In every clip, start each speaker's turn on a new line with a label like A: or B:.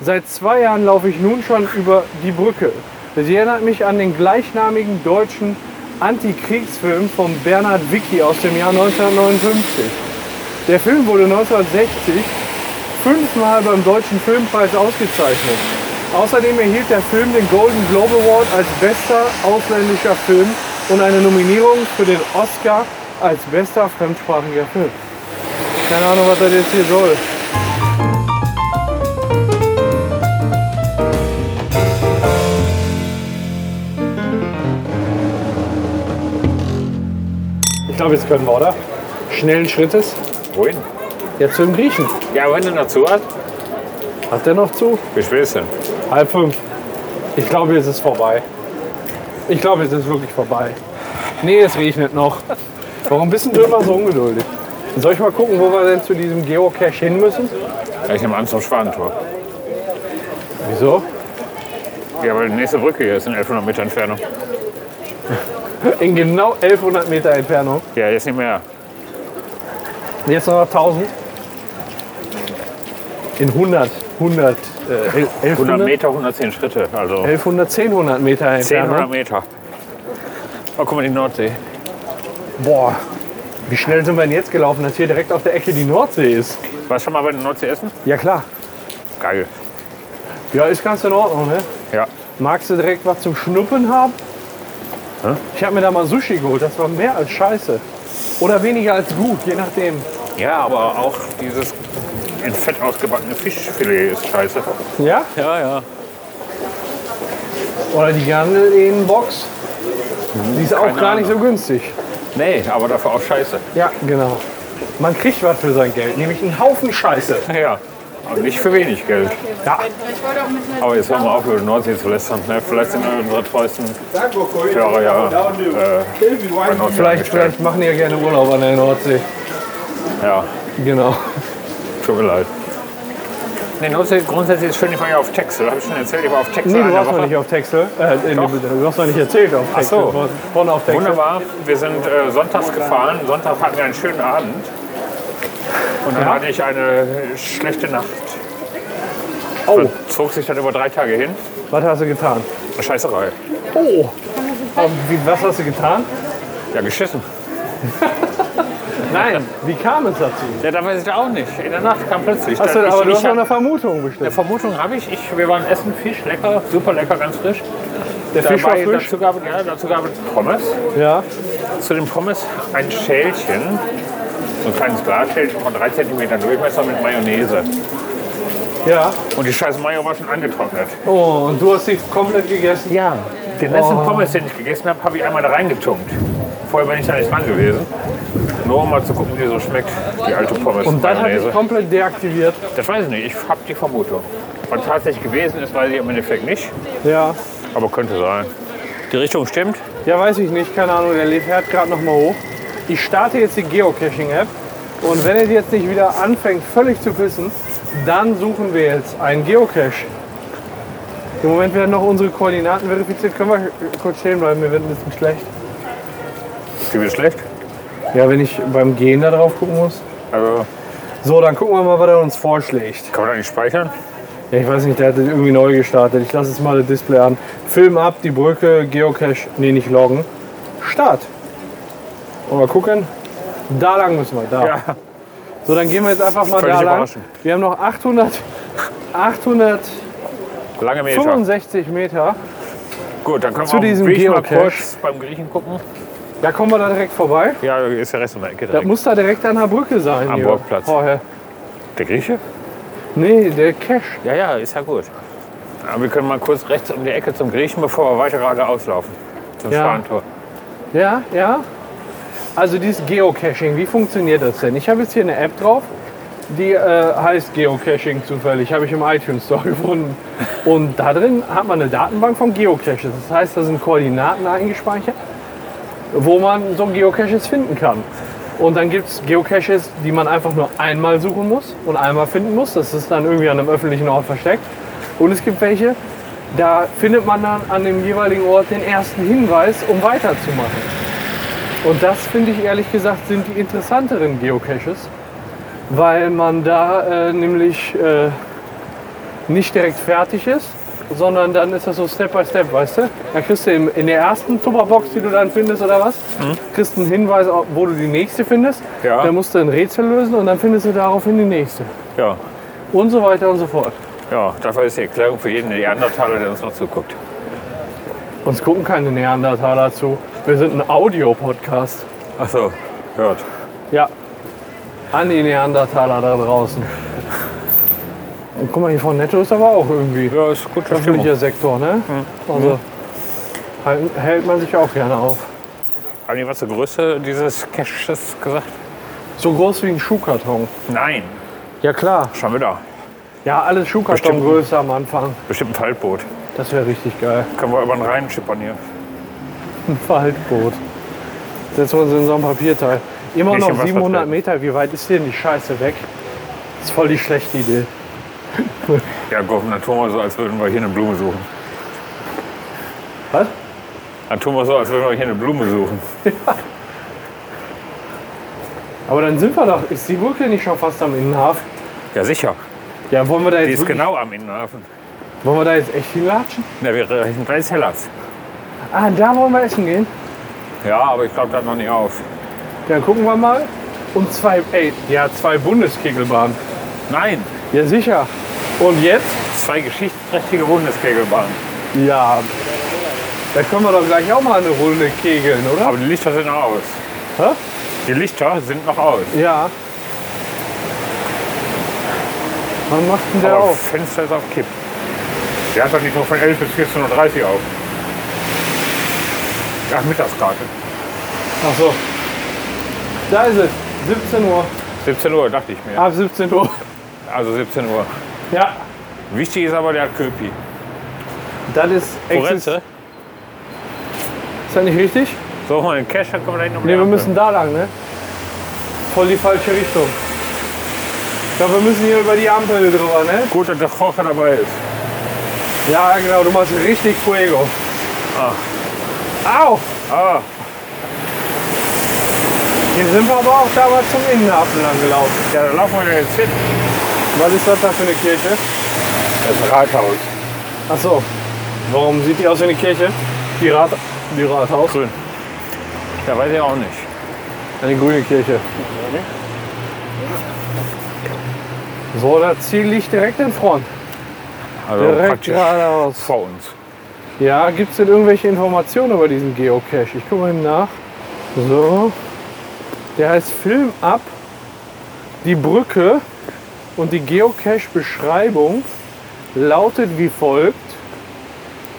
A: Seit zwei Jahren laufe ich nun schon über die Brücke. Sie erinnert mich an den gleichnamigen deutschen Antikriegsfilm von Bernhard Wicki aus dem Jahr 1959. Der Film wurde 1960 fünfmal beim Deutschen Filmpreis ausgezeichnet. Außerdem erhielt der Film den Golden Globe Award als bester ausländischer Film und eine Nominierung für den Oscar als bester fremdsprachiger Film. Keine Ahnung, was das jetzt hier soll. Ich glaube, jetzt können wir, oder? Schnellen Schrittes.
B: Wohin?
A: Jetzt zum Griechen.
B: Ja, wenn er noch zu hat,
A: Hat der noch zu?
B: ich weiß nicht.
A: Halb fünf. Ich glaube, jetzt ist vorbei. Ich glaube, jetzt ist wirklich vorbei. Nee, es regnet noch. Warum bist denn du immer so ungeduldig? Soll ich mal gucken, wo wir denn zu diesem Geocache hin müssen?
B: Ich nehme an zum Schwanentor.
A: Wieso?
B: Ja, weil die nächste Brücke hier ist in 1100 Meter Entfernung.
A: In genau 1100 Meter Entfernung.
B: Ja, jetzt nicht mehr.
A: Jetzt noch 1000. In 100, 100, äh, el-
B: 100
A: 1100,
B: Meter, 110 Schritte. Also
A: 1100, 1000 Meter
B: 1000
A: Entfernung.
B: Meter. Oh, guck mal, die Nordsee.
A: Boah, wie schnell sind wir denn jetzt gelaufen, dass hier direkt auf der Ecke die Nordsee ist?
B: Warst du schon mal bei der Nordsee essen?
A: Ja klar.
B: Geil.
A: Ja, ist ganz in Ordnung, ne?
B: Ja.
A: Magst du direkt was zum Schnuppen haben?
B: Hä?
A: Ich habe mir da mal Sushi geholt, das war mehr als scheiße. Oder weniger als gut, je nachdem.
B: Ja, aber auch dieses in Fett ausgebackene Fischfilet ist scheiße.
A: Ja?
B: Ja, ja.
A: Oder die Garnelenbox. Die ist auch
B: keine
A: gar nicht so günstig.
B: Nee, aber dafür auch scheiße.
A: Ja, genau. Man kriegt was für sein Geld, nämlich einen Haufen Scheiße.
B: Ja. Aber nicht für wenig Geld.
A: Ja,
B: Aber jetzt hören wir auf, über die Nordsee zu lästern. Ne? Vielleicht sind unsere treuesten Hörer ja äh, bei Nordsee
A: vielleicht,
B: angestellt.
A: vielleicht machen die ja gerne Urlaub an der Nordsee.
B: Ja,
A: Genau.
B: tut mir leid. Nee, Nordsee grundsätzlich ist schön, ich war ja auf Texel. Habe ich schon erzählt, ich war auf Texel
A: Nee, du
B: eine
A: warst
B: Woche.
A: noch nicht auf Texel. Äh, nee,
B: Doch.
A: du hast noch nicht erzählt auf Texel.
B: so.
A: Von- Von auf Texel.
B: Wunderbar, wir sind äh, sonntags gefahren. Sonntag hatten wir einen schönen Abend. Und dann hatte ich eine schlechte Nacht.
A: Oh,
B: Das zog sich dann über drei Tage hin.
A: was hast du getan?
B: Scheißerei.
A: Oh. Aber wie, was hast du getan?
B: Ja, geschissen.
A: Nein, wie kam es dazu?
B: Ja, da weiß ich auch nicht. In der Nacht kam plötzlich.
A: Hast du,
B: ich,
A: aber du
B: ich
A: hast noch
B: hab-
A: eine Vermutung bestimmt.
B: Vermutung habe ich. ich. Wir waren essen Fisch, lecker, super lecker, ganz frisch.
A: Der Fisch war
B: Dabei
A: frisch.
B: Dazu gab, es- ja, dazu gab es Pommes.
A: Ja.
B: Zu den Pommes ein Schälchen, so ein kleines Glasschälchen von 3 cm Durchmesser mit Mayonnaise.
A: Ja.
B: Und die scheiß Mayo war schon angetrocknet.
A: Oh, und du hast sie komplett gegessen? Ja.
B: Den
A: Oh.
B: letzten Pommes, den ich gegessen habe, habe ich einmal da reingetunkt. Vorher bin ich da nicht dran gewesen. Nur um mal zu gucken, wie die so schmeckt, die alte Pommes
A: Und dann hat
B: Mayonnaise.
A: dich komplett deaktiviert.
B: Das weiß ich nicht, ich habe die Vermutung. Was tatsächlich gewesen ist, weiß ich im Endeffekt nicht.
A: Ja.
B: Aber könnte sein. Die Richtung stimmt?
A: Ja, weiß ich nicht. Keine Ahnung, der lädt Herd gerade nochmal hoch. Ich starte jetzt die Geocaching-App. Und wenn es jetzt nicht wieder anfängt, völlig zu pissen, dann suchen wir jetzt einen Geocache. Im Moment werden noch unsere Koordinaten verifiziert. Können wir kurz stehen bleiben? Mir wird ein bisschen schlecht.
B: Die wird schlecht.
A: Ja, wenn ich beim Gehen da drauf gucken muss.
B: Also
A: So, dann gucken wir mal, was er uns vorschlägt.
B: Kann man da nicht speichern?
A: Ja, ich weiß nicht, der hat das irgendwie neu gestartet. Ich lasse jetzt mal das Display an. Film ab, die Brücke, Geocache. Nee, nicht loggen. Start. Und mal gucken. Da lang müssen wir, da.
B: Ja.
A: So, dann gehen wir jetzt einfach mal
B: Völlig
A: da lang.
B: überraschend.
A: Wir haben noch 800, 865
B: Lange Meter.
A: Meter.
B: Gut, dann können
A: Zu
B: wir auch
A: diesem
B: Griechen mal
A: Geocache.
B: kurz beim Griechen gucken.
A: Da kommen wir da direkt vorbei.
B: Ja, da ist der Rest in der Ecke
A: Das
B: direkt.
A: muss da direkt an der Brücke sein.
B: Am
A: hier.
B: Burgplatz.
A: Vorher.
B: Der Grieche?
A: Nee, der Cache.
B: Ja, ja, ist ja gut. Aber wir können mal kurz rechts um die Ecke zum Griechen, bevor wir weiter geradeaus laufen. Zum
A: Ja.
B: Schwanentor.
A: Ja, ja. Also dieses Geocaching, wie funktioniert das denn? Ich habe jetzt hier eine App drauf, die äh, heißt Geocaching zufällig, habe ich im iTunes Store gefunden. Und da drin hat man eine Datenbank von Geocaches. Das heißt, da sind Koordinaten eingespeichert, wo man so Geocaches finden kann. Und dann gibt es Geocaches, die man einfach nur einmal suchen muss und einmal finden muss. Das ist dann irgendwie an einem öffentlichen Ort versteckt. Und es gibt welche, da findet man dann an dem jeweiligen Ort den ersten Hinweis, um weiterzumachen. Und das finde ich ehrlich gesagt sind die interessanteren Geocaches, weil man da äh, nämlich äh, nicht direkt fertig ist, sondern dann ist das so Step by Step, weißt du? Dann kriegst du im, in der ersten Tupperbox, die du dann findest oder was, kriegst einen Hinweis, auf- wo du die nächste findest.
B: Ja.
A: Dann musst du ein Rätsel lösen und dann findest du daraufhin die nächste.
B: Ja,
A: Und so weiter und so fort.
B: ja, dafür ist die Erklärung für jeden Neandertaler, der uns noch zuguckt.
A: Uns gucken keine Neandertaler zu. Wir sind ein Audio-Podcast.
B: Achso, hört.
A: Ja. An die Neandertaler da draußen. Und guck mal, hier von Netto ist aber auch irgendwie
B: Ja, ist gut Stimmung.
A: öffentlicher Sektor, ne? Also halt- hält man sich auch gerne auf.
B: Haben die was zur Größe dieses Caches gesagt?
A: So groß wie ein Schuhkarton.
B: Nein,
A: Ja klar.
B: schon wieder.
A: Ja, alles Schuhkartongröße am Anfang.
B: Bestimmt ein Faltboot.
A: Das wäre richtig geil.
B: Können wir über den Rhein schippern hier.
A: Ein Faltboot. Setzen wir uns in so ein Papierteil. Immer
B: Nicht im
A: noch
B: Wasser
A: 700
B: treten.
A: Meter. Wie weit ist denn die Scheiße weg? ist voll die schlechte Idee.
B: Ja, Gouverneur Thomas, so als würden wir hier eine Blume suchen.
A: Was?
B: Herr Thomas, so als würden wir hier eine Blume suchen.
A: Aber dann sind wir doch. Ist die Brücke nicht schon fast am Innenhafen?
B: Ja, sicher.
A: Ja, wollen wir da
B: Die
A: jetzt,
B: ist
A: wirklich,
B: genau am Innenhafen.
A: wollen wir da jetzt echt hinlatschen?
B: Da wäre ein kleines Hellas.
A: Ah, da wollen wir essen gehen?
B: Ja, aber ich glaube, da hat noch nicht auf.
A: Dann gucken wir mal. Und zwei, ey, ja, zwei Bundeskegelbahnen.
B: Nein,
A: Ja, sicher. Und jetzt?
B: zwei geschichtsträchtige Bundeskegelbahnen.
A: Ja. Da können wir doch gleich auch mal eine Runde kegeln, oder?
B: Aber die Lichter sind noch aus.
A: Hä?
B: Die Lichter sind noch aus.
A: Ja. Wann macht denn der
B: Aber
A: auf?
B: Fenster ist auf Kipp. Der hat doch nicht nur von 11 bis 14.30 Uhr auf. Ach, Mittagskarte.
A: Ach so. Da ist es. 17 Uhr.
B: 17 Uhr, dachte ich mir.
A: Ab 17 Uhr.
B: Also 17 Uhr.
A: Ja.
B: Wichtig ist aber, der hat Köpi.
A: Das ist exist-
B: Forense?
A: Ist das nicht richtig?
B: Sollen wir einen Cash, dann können wir gleich noch
A: Ne,
B: mehr
A: wir
B: abhören.
A: müssen da lang, ne? Voll die falsche Richtung. Ich glaube, wir müssen hier über die Ampel drüber, ne?
B: Gut, dass der Kocher dabei ist.
A: Ja, genau, du machst richtig Fuego. Au!
B: Ah,
A: Hier sind wir aber auch damals zum Innenhafen lang gelaufen.
B: ja, dann laufen wir da jetzt hin.
A: Was ist das da für eine Kirche?
B: Das Rathaus.
A: Ach so. Warum sieht die aus wie eine Kirche? Die, Rat die Rathaus?
B: Grün. Ja, weiß ich auch nicht.
A: Eine grüne Kirche. So, das Ziel liegt direkt in Front.
B: Also
A: Direkt
B: praktisch
A: geradeaus.
B: vor uns.
A: Ja, gibt es denn irgendwelche Informationen über diesen Geocache? Ich gucke mal eben nach. So. Der heißt Film ab, die Brücke und die Geocache-Beschreibung lautet wie folgt.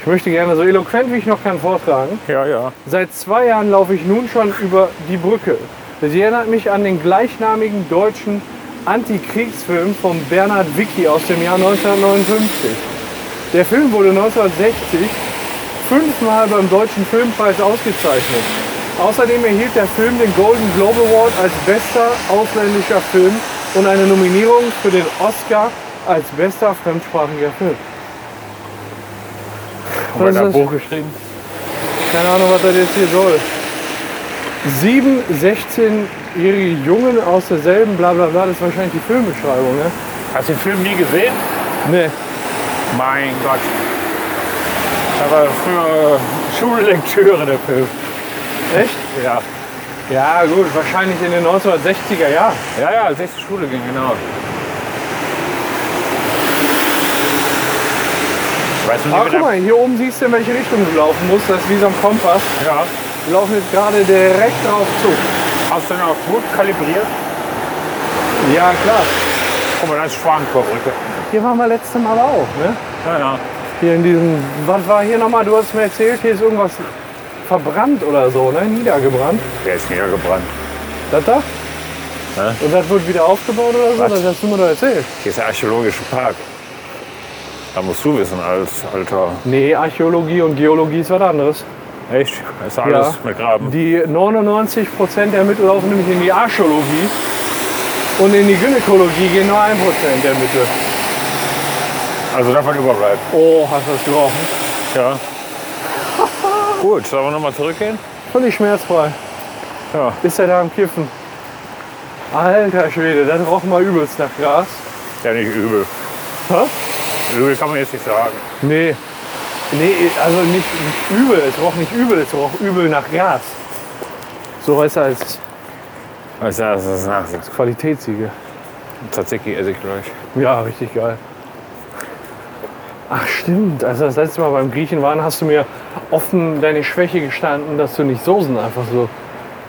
A: Ich möchte gerne so eloquent wie ich noch kann vortragen.
B: Ja, ja.
A: Seit zwei Jahren laufe ich nun schon über die Brücke. Sie erinnert mich an den gleichnamigen deutschen Antikriegsfilm von Bernhard Wicki aus dem Jahr 1959. Der Film wurde 1960 fünfmal beim Deutschen Filmpreis ausgezeichnet. Außerdem erhielt der Film den Golden Globe Award als bester ausländischer Film und eine Nominierung für den Oscar als bester fremdsprachiger Film.
B: Haben wir
A: Was
B: da ein
A: ist-
B: Buch geschrieben?
A: keine Ahnung, was das jetzt hier soll. Sieben 16-jährige Jungen aus derselben, bla bla bla, das ist wahrscheinlich die Filmbeschreibung, ne?
B: Hast du den Film nie gesehen?
A: Nee.
B: Mein Gott. Das war früher Schullektüre, der Film.
A: Echt?
B: Ja.
A: Ja, gut, wahrscheinlich in den 1960er Jahren.
B: Ja, ja, als ich zur Schule ging, genau. Weißt du nicht,
A: Aber guck
B: wie der-
A: mal, hier oben siehst du, in welche Richtung du laufen musst. Das ist wie so ein Kompass.
B: Ja.
A: Wir laufen jetzt gerade direkt drauf zu.
B: Hast du den auch gut kalibriert?
A: Ja, klar.
B: Guck mal, da ist Schwankorbrücke.
A: Hier waren wir letztes Mal aber auch, ne?
B: Ja, ja.
A: Hier in diesem, was war hier nochmal? Du hast mir erzählt, hier ist irgendwas verbrannt oder so, ne? Niedergebrannt.
B: Der ist niedergebrannt.
A: Das da?
B: Hä?
A: Und das wird wieder aufgebaut oder so?
B: Was?
A: Das hast du mir doch erzählt.
B: Hier ist der archäologische Park. Da musst du wissen, als alter.
A: Nee, Archäologie und Geologie ist was anderes.
B: Echt? Da ist alles
A: Ja.
B: begraben.
A: Die 99% der Mittel laufen nämlich in die Archäologie und in die Gynäkologie gehen nur 1% der Mittel.
B: Also davon überbleibt.
A: Oh, hast du das gerochen?
B: Ja. Gut, sollen wir nochmal zurückgehen?
A: Völlig schmerzfrei.
B: Ja.
A: Ist er da am Kiffen? Alter Schwede, das roch mal übelst nach Gras.
B: Ja, nicht übel.
A: Hä?
B: Übel kann man jetzt nicht sagen.
A: Nee. Nee, also nicht, nicht übel. Es roch nicht übel, es roch übel nach Gas. So heißt er als
B: Was ist das? Das ist Nachsicht.
A: Qualitätssiegel.
B: Tatsächlich esse ich gleich.
A: Ja, richtig geil. Ach stimmt, als wir das letzte Mal beim Griechen waren, hast du mir offen deine Schwäche gestanden, dass du nicht Soßen einfach so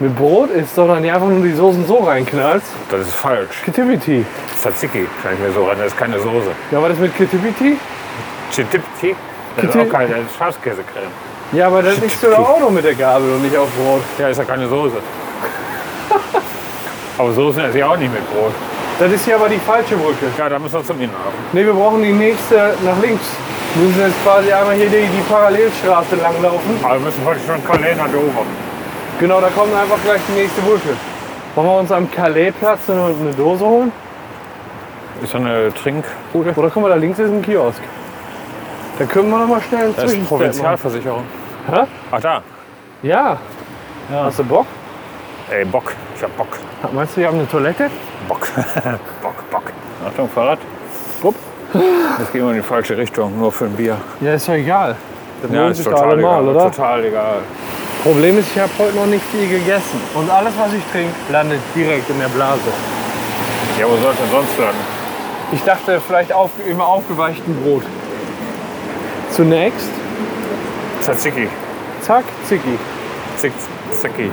A: mit Brot isst, sondern dir einfach nur die Soßen so reinknallst.
B: Das ist falsch.
A: Kitiviti.
B: Das ist Tzatziki kann ich mir so ran. Das ist keine Soße.
A: Ja, war das mit Kitiviti?
B: Chitipti? Das ist auch keine. Das ist Schafskäsecreme.
A: Ja, aber das isst du doch auch noch mit der Gabel und nicht auf Brot.
B: Ja, ist ja keine Soße. Aber Soße esse ich auch nicht mit Brot.
A: Das ist hier aber die falsche Brücke.
B: Ja, da müssen wir zum Inhaber.
A: Ne, wir brauchen die nächste nach links. Wir müssen jetzt quasi einmal hier die, die Parallelstraße langlaufen.
B: Aber wir müssen heute schon Calais nach Dover.
A: Genau, da kommt einfach gleich die nächste Brücke. Wollen wir uns am Calais-Platz eine, eine Dose holen?
B: Ist schon eine Trinkbude?
A: Oder guck mal, da links ist ein Kiosk. Da können wir noch mal schnell einen
B: Das ist
A: Zwischenstep machen.
B: Provinzialversicherung.
A: Hä?
B: Ach da.
A: Ja. Hast du Bock?
B: Ey, Bock. Ich hab Bock.
A: Meinst du, wir haben eine Toilette?
B: Bock. Bock, Bock. Achtung, Fahrrad.
A: Upp.
B: Das geht immer in die falsche Richtung, nur für ein Bier.
A: Ja, ist ja egal. Das lohnt sich doch
B: egal.
A: allemal, oder?
B: Total egal.
A: Problem ist, ich habe heute noch nicht viel gegessen. Und alles, was ich trinke, landet direkt in der Blase.
B: Ja, wo soll es denn sonst landen?
A: Ich dachte vielleicht auf, im aufgeweichten Brot. Zunächst,
B: Tzatziki.
A: zack, zicki.
B: Zick, Zacki.